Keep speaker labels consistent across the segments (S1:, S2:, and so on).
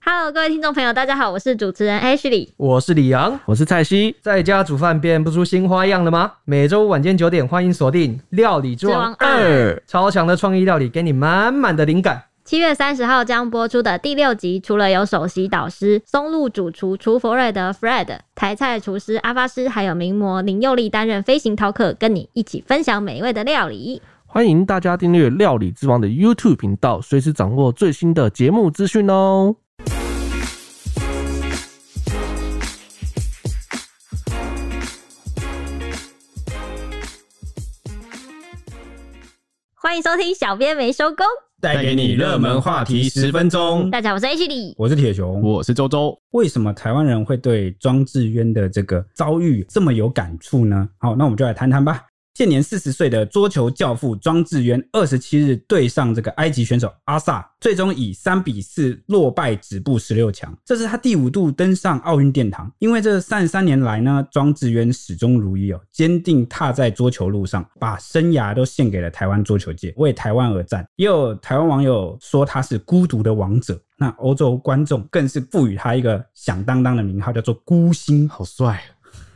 S1: Hello，各位听众朋友，大家好，我是主持人 Ashley。
S2: 我是李阳，
S3: 我是蔡西，
S2: 在家煮饭变不出新花样了吗？每周晚间九点，欢迎锁定《料理之王
S1: 之王
S2: 二》，超强的创意料理给你满满的灵感。
S1: 七月三十号将播出的第六集，除了有首席导师松露主厨厨佛瑞德 Fred、台菜厨师阿发师，还有名模林佑利担任飞行饕客，跟你一起分享美味的料理。
S3: 欢迎大家订阅《料理之王》的 YouTube 频道，随时掌握最新的节目资讯哦。
S1: 欢迎收听《小编没收工》，
S4: 带给你热门话题十分钟。
S1: 大家好，我是 H 李。
S4: 我是铁熊。
S5: 我是周周，
S4: 为什么台湾人会对庄智渊的这个遭遇这么有感触呢？好，那我们就来谈谈吧。现年四十岁的桌球教父庄智渊，二十七日对上这个埃及选手阿萨，最终以三比四落败止步十六强。这是他第五度登上奥运殿堂。因为这三十三年来呢，庄智渊始终如一哦，坚定踏在桌球路上，把生涯都献给了台湾桌球界，为台湾而战。也有台湾网友说他是孤独的王者。那欧洲观众更是赋予他一个响当当的名号，叫做“孤星
S5: 好帅，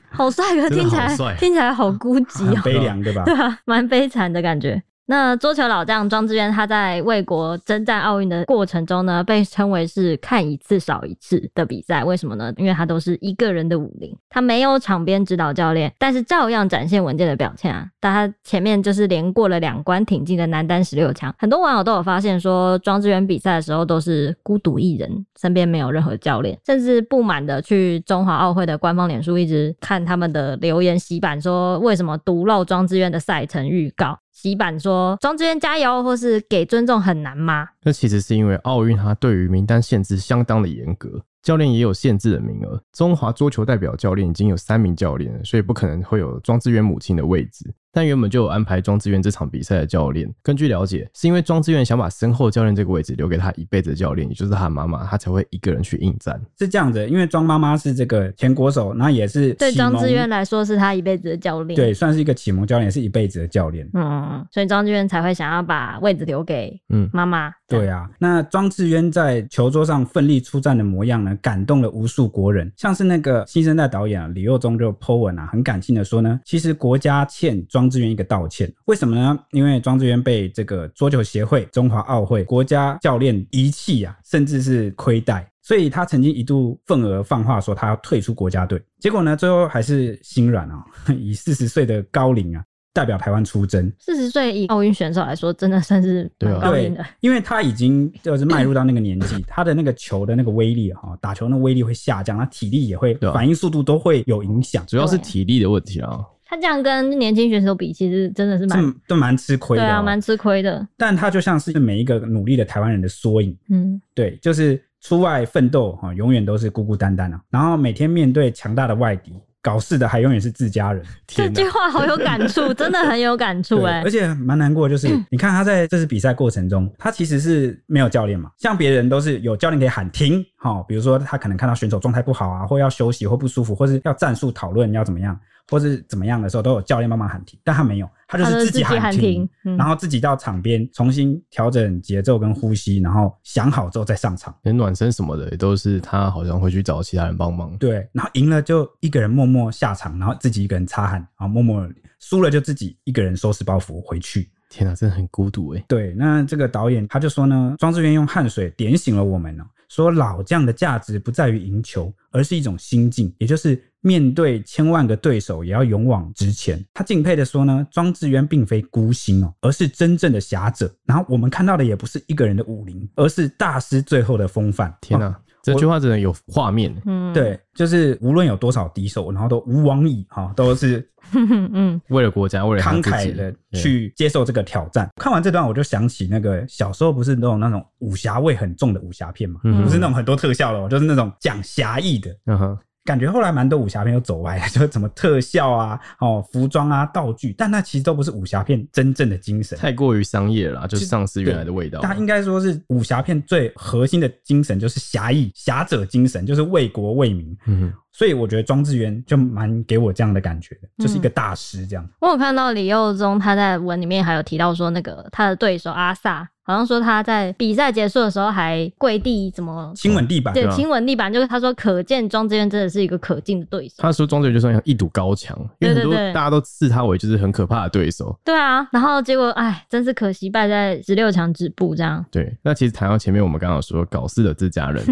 S1: 好帅哥，
S5: 真
S1: 听
S5: 的
S1: 起来
S5: 好帅
S1: 听起来好孤”，寂
S4: 很
S1: 哦、
S4: 悲凉， 对吧？
S1: 对啊，蛮悲惨的感觉。那桌球老将庄智渊，他在为国征战奥运的过程中呢，被称为是看一次少一次的比赛。为什么呢？因为他都是一个人的武林，他没有场边指导教练，但是照样展现稳健的表现啊。但他前面就是连过了两关挺进的男单十六强，很多网友都有发现说，庄智渊比赛的时候都是孤独一人，身边没有任何教练，甚至不满的去中华奥会的官方脸书一直看他们的留言洗版，说为什么独漏庄智渊的赛程预告。洗版说庄智渊加油，或是给尊重很难吗？
S5: 那其实是因为奥运它对于名单限制相当的严格，教练也有限制的名额。中华桌球代表教练已经有三名教练了，所以不可能会有庄智渊母亲的位置。但原本就有安排庄智渊这场比赛的教练，根据了解，是因为庄智渊想把身后教练这个位置留给他一辈子的教练，也就是他妈妈，他才会一个人去应战。
S4: 是这样子，因为庄妈妈是这个前国手，那也是
S1: 对
S4: 启蒙
S1: 庄智渊来说，是他一辈子的教练。
S4: 对，算是一个启蒙教练，也是一辈子的教练。
S1: 嗯，所以庄智渊才会想要把位置留给
S5: 嗯，
S1: 妈妈。
S4: 对啊，那庄智渊在球桌上奋力出战的模样呢，感动了无数国人。像是那个新生代导演、啊、李佑宗就 po 文啊，很感性的说呢，其实国家欠庄智渊一个道歉。为什么呢？因为庄智渊被这个桌球协会、中华奥会、国家教练遗弃啊，甚至是亏待。所以他曾经一度愤而放话说他要退出国家队，结果呢，最后还是心软啊、 以四十岁的高龄啊，代表台湾出征。
S1: 四十岁以奥运选手来说，真的算是
S5: 对啊
S1: 蛮高龄
S4: 对
S1: 的。，
S4: 因为他已经就是迈入到那个年纪，他的那个球的那个威力哈，打球那威力会下降，他体力也会
S5: 对，啊
S4: 反应速度都会有影响，
S5: 主要是
S1: 对
S5: 体力的问题啊啦。
S1: 他这样跟年轻选手比，其实真的是蛮
S4: 这都蛮吃亏
S1: 对
S4: 的哦、
S1: 啊，蛮吃亏的。
S4: 但他就像是每一个努力的台湾人的缩影，
S1: 嗯，
S4: 对，就是出外奋斗哈，永远都是孤孤单单啊，然后每天面对强大的外敌，搞事的还永远是自家人，
S1: 这
S5: 天哪
S1: 句，话好有感 触，真的很有感触
S4: 对，
S1: 哎、
S4: 而且蛮难过，
S1: 嗯
S4: 就是、你看他在这次比赛过程中，他其实是没有教练嘛，像别人都是有教练可以喊停，哈、比如说他可能看到选手状态不好啊，或要休息或不舒服，或是要战术讨论要怎么样，或是怎么样的时候，都有教练帮忙喊停，但他没有，他就
S1: 他都是
S4: 是己
S1: 自己喊
S4: 喊停，
S1: 停嗯
S4: 然后自己到场边重新调整节奏跟呼吸，然后想好之后再上场。
S5: 连暖身什么的也都是他好像会去找其他人帮忙。
S4: 对，然后赢了就一个人默默下场，然后自己一个人擦汗，然后默默输了就自己一个人收拾包袱回去。
S5: 天哪，真的很孤独哎、
S4: 对，那这个导演他就说呢，庄智渊用汗水点醒了我们呢、哦说老将的价值不在于赢球，而是一种心境，也就是面对千万个对手也要勇往直前。他敬佩的说呢，庄智渊并非孤星哦，而是真正的侠者。然后我们看到的也不是一个人的武林，而是大师最后的风范。
S5: 天哪，
S4: 哦
S5: 这句话真的有画面、欸。
S1: 嗯，
S4: 对，就是无论有多少敌手，然后都无往矣哈、都是
S1: 嗯，
S5: 为了国家，为了他
S4: 慷
S5: 自
S4: 慨
S5: 己
S4: 的
S5: 对
S4: 去接受这个挑战。看完这段，我就想起那个小时候不是那种那种武侠味很重的武侠片嘛，
S5: 嗯
S4: 不是那种很多特效的哦，就是那种讲侠义的。
S5: 嗯哼，
S4: 感觉后来蛮多武侠片都 走歪了，就是什么特效啊、哦服装啊、道具，但那其实都不是武侠片真正的精神。
S5: 太过于商业了啦，就
S4: 其实
S5: 丧失原来的味道。
S4: 它应该说是武侠片最核心的精神，就是侠义、侠者精神，就是为国为民。
S5: 嗯，
S4: 所以我觉得庄智渊就蛮给我这样的感觉的，就是一个
S5: 嗯
S4: 大师这样。
S1: 我有看到李佑宗他在文里面还有提到说，那个他的对手阿萨好像说他在比赛结束的时候还跪地怎么
S4: 亲吻地板，
S1: 对
S5: 啊
S1: 亲吻地板，就是他说可见庄之渊真的是一个可敬的对手。
S5: 他说庄哲就是像一堵高墙，因为很多
S1: 对对对
S5: 大家都视他为就是很可怕的对手。
S1: 对啊，然后结果哎，真是可惜败在十六强止步这样。
S5: 对，那其实谈到前面我们刚刚有说搞事的自家人，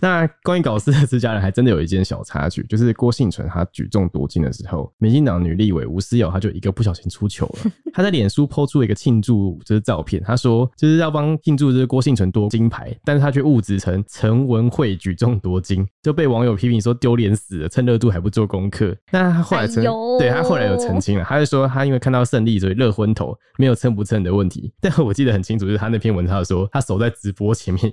S5: 那关于搞事的自家人，还真的有一件小插曲，就是郭幸存他举重夺金的时候，民进党女立委吴思瑶她就一个不小心出糗了，她在脸书抛出一个庆祝就是照片，她说就是要帮庆祝就是郭幸存夺金牌，但是她却误指成陈文慧举重夺金，就被网友批评说丢脸死了，趁热度还不做功课。那她后来
S1: 哎
S5: 曾、
S1: 呦
S5: 对她后来有澄清。清了，他就说他因为看到胜利所以热昏头，没有称不称的问题。但我记得很清楚，就是他那篇文章说他守在直播前面，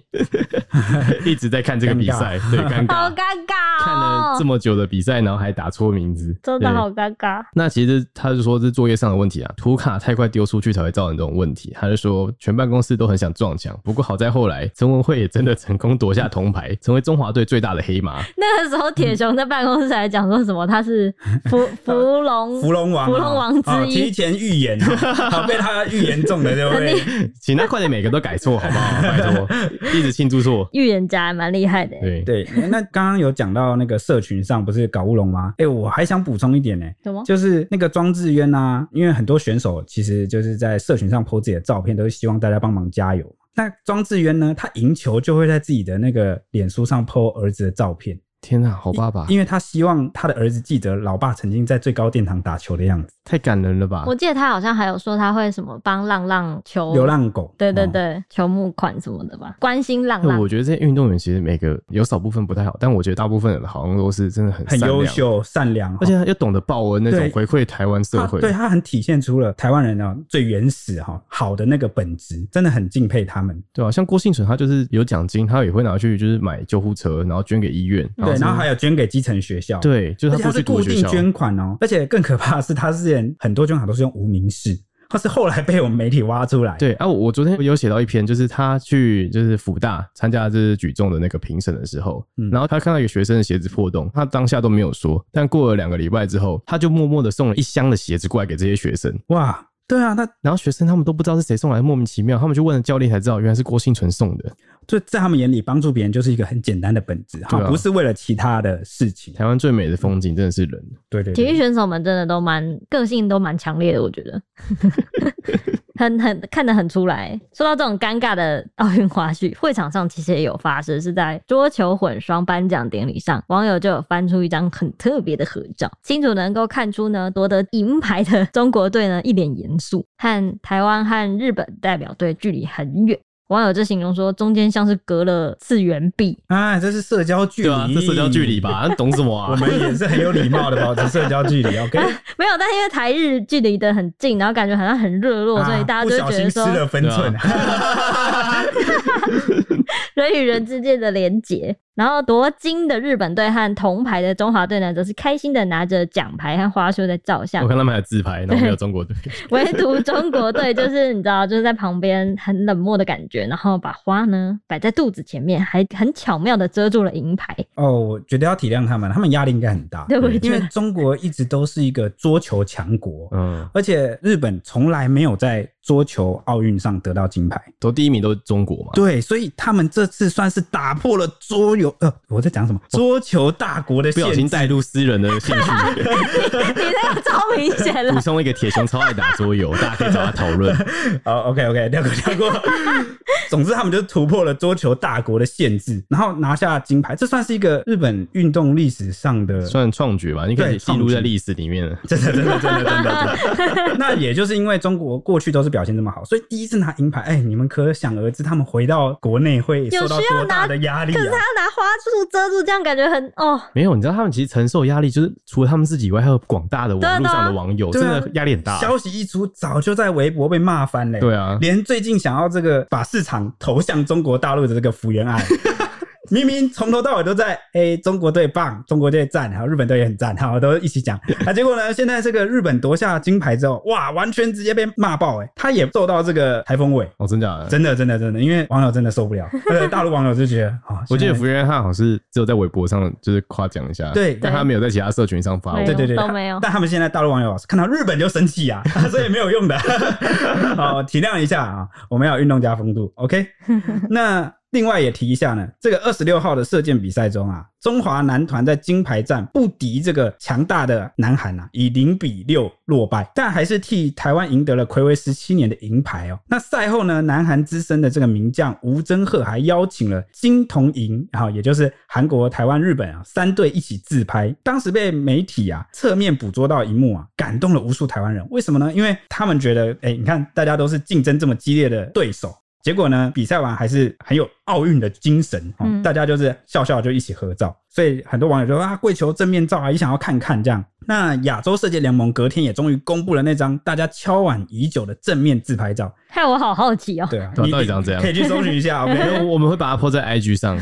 S5: 一直在看这个比赛，对，尴
S1: 好
S5: 尬，
S1: 尴尬、哦，
S5: 看了这么久的比赛，然后还打错名字，
S1: 真的
S5: 对
S1: 好尴尬。
S5: 那其实他就说是作业上的问题啊，图卡太快丢出去才会造成这种问题。他就说全办公室都很想撞墙，不过好在后来陈文慧也真的成功夺下铜牌， 成为中华队最大的黑马。
S1: 那个时候铁熊在办公室还讲说什么他是伏伏龙
S4: 芙蓉王啊，
S1: 伏龙嗯王之
S4: 啊
S1: 一
S4: 提前预 言啊，好被他预言中了，对不对？
S5: 请他快点每个都改错好不 好？拜托，一直庆祝错。
S1: 预言家，还蛮厉害的。
S5: 对，
S4: 对，那刚刚有讲到那个社群上不是搞乌龙吗？哎、我还想补充一点呢、
S1: 什么？
S4: 就是那个庄智渊啊，因为很多选手其实就是在社群上 PO 自己的照片，都是希望大家帮忙加油。那庄智渊呢，他赢球就会在自己的那个脸书上 PO 儿子的照片，
S5: 天哪，好爸
S1: 啊
S5: 爸，
S4: 因为他希望他的儿子记得老爸曾经在最高殿堂打球的样子。
S5: 太感人了吧
S1: 我！记得他好像还有说他会什么帮浪浪求
S4: 流，浪狗，
S1: 对对
S4: 哦
S1: 对，求募款什么的吧，关心浪
S5: 那
S1: 浪
S5: 哎我。觉得这些运动员其实每个有少部分不太好，但我觉得大部分人好像都是真的很
S4: 很
S5: 善良
S4: 优，秀、善良，哦
S5: 而且他又懂得报恩那种
S4: 对
S5: 回馈台湾社
S4: 他
S5: 会。
S4: 对他很体现出了台湾人啊最原始哈、好的那个本质，真的很敬佩他们。
S5: 对啊，像郭幸存他就是有奖金，他也会拿去就是买救护车，然后捐给医院。
S4: 对，然后
S5: 还
S4: 还有捐给基层学校，，
S5: 对，就是
S4: 而
S5: 他
S4: 且他
S5: 过
S4: 是固
S5: 去读学
S4: 定
S5: 校，
S4: 捐款哦。而且更可怕的是，他之前很多捐款都是用无名氏，他是后来被我们媒体挖出来。，
S5: 对啊，我我昨天有写到一篇，就是他去就是福大参加就是举重的那个评审的时候，
S4: 嗯
S5: 然后他看到一个学生的鞋子破洞，他当下都没有说，但过了两个礼拜之后，他就默默的送了一箱的鞋子过来给这些学生，
S4: 哇，对啊，那
S5: 然后学生他们都不知道是谁送来，莫名其妙，他们就问了教练才知道，原来是郭幸存送的。
S4: 就在他们眼里，帮助别人就是一个很简单的本质哈、
S5: 对啊
S4: 不是为了其他的事情。
S5: 台湾最美的风景真的是人，
S4: 对对
S1: 体育
S4: 对，
S1: 选手们真的都蛮个性都蛮强烈的，我觉 得，很很看得很出来。说到这种尴尬的奥运花絮，会场上其实也有发生，是在桌球混双颁奖典礼上，网友就有翻出一张很特别的合照，清楚能够看出呢，夺得银牌的中国队呢一脸严肃，和台湾和日本代表队距离很远。网友就形容说，中间像是隔了次元壁，
S4: 啊，这是社交距离，
S5: 对啊，这社交距离。 吧，懂什么
S4: 我
S5: 啊？
S4: 们也是很有礼貌的保持社交距离，OK？
S1: 没有，但是因为台日距离的很近，然后感觉好像很热络，所以大家
S4: 啊不
S1: 就
S4: 小
S1: 会觉
S4: 心
S1: 得
S4: 失
S1: 说，
S4: 了分寸
S5: 对，啊
S1: 人与人之间的连结。然后夺金的日本队和铜牌的中华队呢，则是开心的拿着奖牌和花束在照相
S5: 我，看他们还有自拍，然后没有中国 队，
S1: 唯独中国队就是你知道，就是在旁边很冷漠的感觉，然后把花呢摆在肚子前面，还很巧妙的遮住了银 牌。
S4: 哦，我觉得要体谅他们，他们压力应该很大。
S1: 对我也觉
S4: 因
S1: 得
S4: 为中国一直都是一个桌球强国，
S5: 嗯，
S4: 而且日本从来没有在桌球奥运上得到金牌。
S5: 都第一名都是中国嘛，
S4: 对，所以他们这次算是打破了桌游，呃，我在讲什么？桌球大国的
S5: 哦不小
S4: 限
S5: 心
S4: 制。
S5: 带入私人的兴 趣，
S1: 你那个超明显了
S4: 啊
S5: 补，充一个铁熊超爱打桌 游，大家可以找他讨论。
S4: 哦，OK OK，跳过跳过。总之，他们就突破了桌球大国的限制，然后拿下金牌，这算是一个日本运动历史上的
S5: 算创举吧，你可以
S4: 对
S5: 记
S4: 创
S5: 录在
S4: 举
S5: 历史里面了。
S4: 真的，真的，真的，真的，真的。那也就是因为中国过去都是表现这么好，所以第一次拿银牌，哎、你们可想而知，他们回到国内会受到
S1: 有需要
S4: 多
S1: 拿
S4: 大的压力
S1: 可是他
S4: 啊！
S1: 拿花束遮住，这样感觉很哦，
S5: 没有，你知道他们其实承受压力，就是除了他们自己以外，还有广大的
S1: 对啊
S5: 网络上的网友，
S4: 对
S5: 真
S4: 啊
S5: 的压力很大。
S4: 消息一出，早就在微博被骂翻嘞。
S5: 对啊
S4: 连最近想要这个把市场投向中国大陆的这个福原爱。 明明从头到尾都在哎、中国队棒，中国队赞，然后日本队也很赞，好都一起讲。啊，结果呢，现在这个日本夺下金牌之后，哇，完全直接被骂爆哎、他也受到这个台风尾。
S5: 哦，真假的？
S4: 真的，真的，真的，因为网友真的受不了，对大陆网友就觉得啊，
S5: 我记
S4: 现在
S5: 得福原汉好像是只有在微博上就是夸奖一下，，
S4: 对
S5: 但他没有在其他社群上发文
S1: 没有
S4: 对对对，
S1: 都没有
S4: 但他们现在大陆网友看到日本就生气啊， 所以没有用的。好，体谅一下啊，我们要有运动家风度。OK，那另外也提一下呢，这个二十六号的射箭比赛中啊，中华男团在金牌战不敌这个强大的南韩啊，以零比六落败，但还是替台湾赢得了魁违十七年的银牌哦。那赛后呢，南韩资深的这个名将吴征赫还邀请了金童银，啊，也就是韩国、台湾、日本啊三队一起自拍，当时被媒体啊侧面捕捉到一幕啊，感动了无数台湾人。为什么呢？因为他们觉得，哎、你看大家都是竞争这么激烈的对手，结果呢，比赛完还是很有奥运的精神，哦
S1: 嗯
S4: 大家就是笑笑就一起合照。所以很多网友就说啊，跪求正面照啊，也想要看看这样。那亚洲射箭联盟隔天也终于公布了那张大家敲碗已久的正面自拍照。
S1: 害我好好奇哦、
S4: 对啊，
S5: 对啊
S4: 你
S5: 到底长怎样
S4: 可以去搜寻一下。OK，哦
S5: 我我们会把它 po 在 IG 上，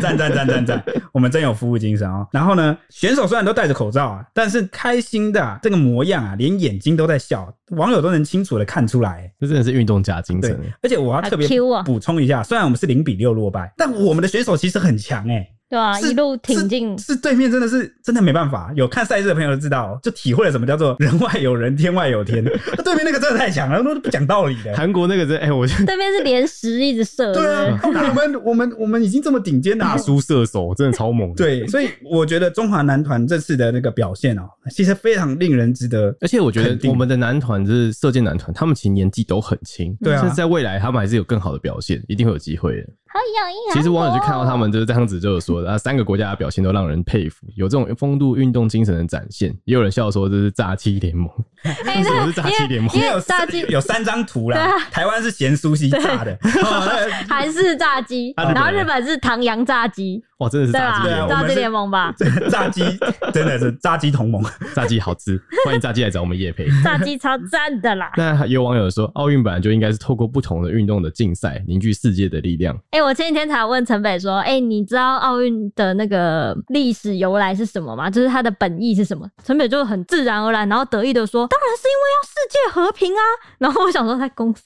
S4: 赞赞赞赞赞，我们真有服务精神哦。然后呢，选手虽然都戴着口罩啊，但是开心的、啊、这个模样啊，连眼睛都在笑，网友都能清楚的看出来。
S5: 这真的是运动加精
S4: 对
S5: 神。，
S4: 而且我要
S1: 好
S4: 特别
S1: Q 哦
S4: 补充一下，虽然我们是零比六落败，但我们的选手其实很强哎、
S1: 对啊，
S4: 是
S1: 一路挺进，
S4: 是是对面真的是真的没办法。有看赛事的朋友都知道，就体会了什么叫做 人外有人，天外有天。 对面那个真的太强了，都不讲道理的。
S5: 韩国那个真，哎、我就
S1: 对面是连十一直射，
S4: 对
S1: 是
S4: 啊
S1: 不，
S4: 我们我们我们已经这么顶尖了
S5: 大，叔射手真的超猛的。
S4: 对，所以我觉得中华男团这次的那个表现哦，其实非常令人值得。
S5: 而且我觉
S4: 肯
S5: 得
S4: 定
S5: 我们的男团就是射箭男团，他们其实年纪都很轻，
S4: 对啊
S5: 但是在未来他们还是有更好的表现，一定会有机会的。
S1: 好有意啊！
S5: 其实网友去看到他们就是这样子，就有说啊，三个国家的表现都让人佩服，有这种风度、运动精神的展现。也有人笑说这是炸鸡联盟，
S1: 哎，
S5: 什
S1: 那
S5: 么是炸鸡联盟
S1: 因为因
S4: 有
S1: 为炸
S4: 三
S1: 鸡
S4: 有三张图啦，
S1: 对 啊
S4: 台湾是咸苏西炸 的，哦
S1: 韩式炸鸡，
S5: 啊日本
S1: 然后日本是唐扬炸鸡，
S5: 哇，真的是
S1: 对
S5: 炸
S1: 吧
S5: 鸡联
S4: 啊
S5: 盟，
S4: 对
S1: 炸
S4: 我们
S1: 鸡
S4: 是
S1: 联盟吧，
S4: 那炸鸡真的是炸鸡同盟，
S5: 炸鸡好吃，欢迎炸鸡来找我们叶培。
S1: 炸鸡超赞的啦！
S5: 那也有网友说，奥运本来就应该是透过不同的运动的竞赛，凝聚世界的力量。
S1: 哎、我前几天才问陈北说，哎、你知道奥运的那个历史由来是什么吗？就是它的本意是什么？陈北就很自然而然，然后得意的说，当然是因为要世界和平啊。然后我想说他公司，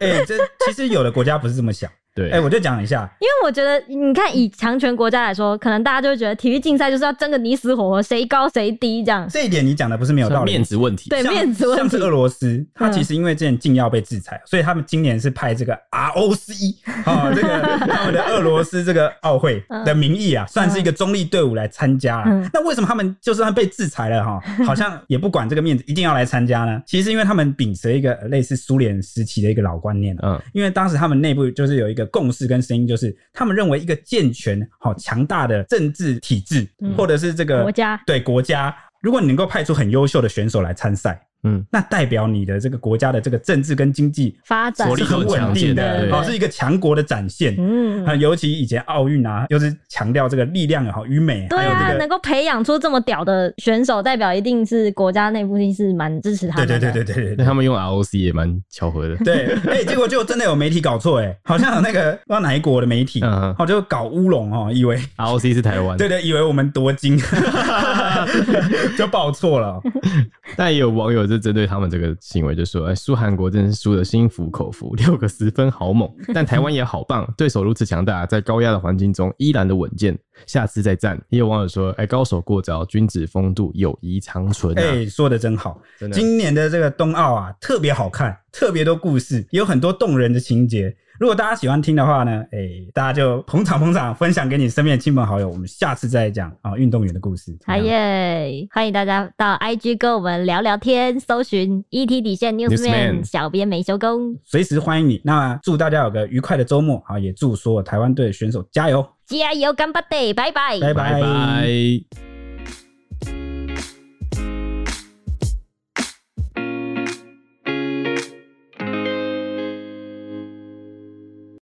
S4: 哎、这其实有的国家不是这么想。
S5: 对，
S4: 哎、我就讲一下，
S1: 因为我觉得你看以强权国家来说，可能大家就会觉得体育竞赛就是要争个你死我活，谁高谁低这样。
S4: 这一点你讲的不是没有道
S5: 像
S4: 理。
S5: 面子问题，
S1: 对
S4: 像
S1: 哎面子问题
S4: 像是俄罗斯，他
S1: 嗯
S4: 其实因为之前禁药被制裁，所以他们今年是派这个 ROC 啊、这个他们的俄罗斯这个奥会的名义啊，算是一个中立队伍来参加
S1: 嗯
S4: 啊。那为什么他们就算被制裁了哈，好像也不管这个面子，一定要来参加呢？其实因为他们秉持一个类似苏联时期的一个老观念啊，
S5: 嗯，
S4: 因为当时他们内部就是有一个共识跟声音，就是他们认为一个健全、好强大的政治体制，
S1: 嗯
S4: 或者是这个
S1: 国家
S4: 对国家，如果你能够派出很优秀的选手来参赛，
S5: 嗯，
S4: 那代表你的这个国家的这个政治跟经济
S1: 发展
S5: 国
S4: 是
S5: 力
S4: 很
S5: 都很
S4: 稳
S5: 强
S4: 定
S5: 健
S4: 的
S1: 对，
S4: 好、
S1: 对
S4: 是一个强国的展现。
S1: 嗯
S4: 啊，尤其以前奥运啊，又是强调这个力量也好，与美，
S1: 对
S4: 还
S1: 啊，
S4: 有这
S1: 能
S4: 个。
S1: 够培养出这么屌的选手，代表一定是国家内部一定是蛮支持他
S4: 对
S1: 们
S4: 对
S1: 的。
S4: 对对对对
S5: 那他们用 ROC 也蛮巧合的。
S4: 对，哎、结果就真的有媒体搞错，哎，好像有那个不知道哪一国的媒体，
S5: 嗯嗯
S4: 哦，就搞乌龙哦，以为
S5: ROC 是台湾，
S4: 对对，以为我们夺 金，就报错了。
S5: 但也有网友就针对他们这个行为就说：“哎，输韩国真是输的心服口服，六个十分 好猛，但台湾也好棒，对手如此强大，在高压的环境中依然的稳健，下次再战。”也有网友说：“哎，高手过招，君子风度，友谊长存啊！”
S4: 哎、说的真好，
S5: 真的，
S4: 今年的这个冬奥啊，特别好看，特别多故事，也有很多动人的情节。如果大家喜欢听的话呢，哎、大家就捧场捧场，分享给你身边的亲朋好友。我们下次再讲啊，运动员的故事。哎
S1: 好耶！欢迎大家到 IG 跟我们聊聊天，搜寻 ET 底线
S5: Newsman
S1: Newsman 小编没收工，
S4: 随时欢迎你。那祝大家有个愉快的周末啊，也祝所有台湾队的选手加油，
S1: 加油干巴 day，拜拜。
S4: 拜
S5: 拜拜。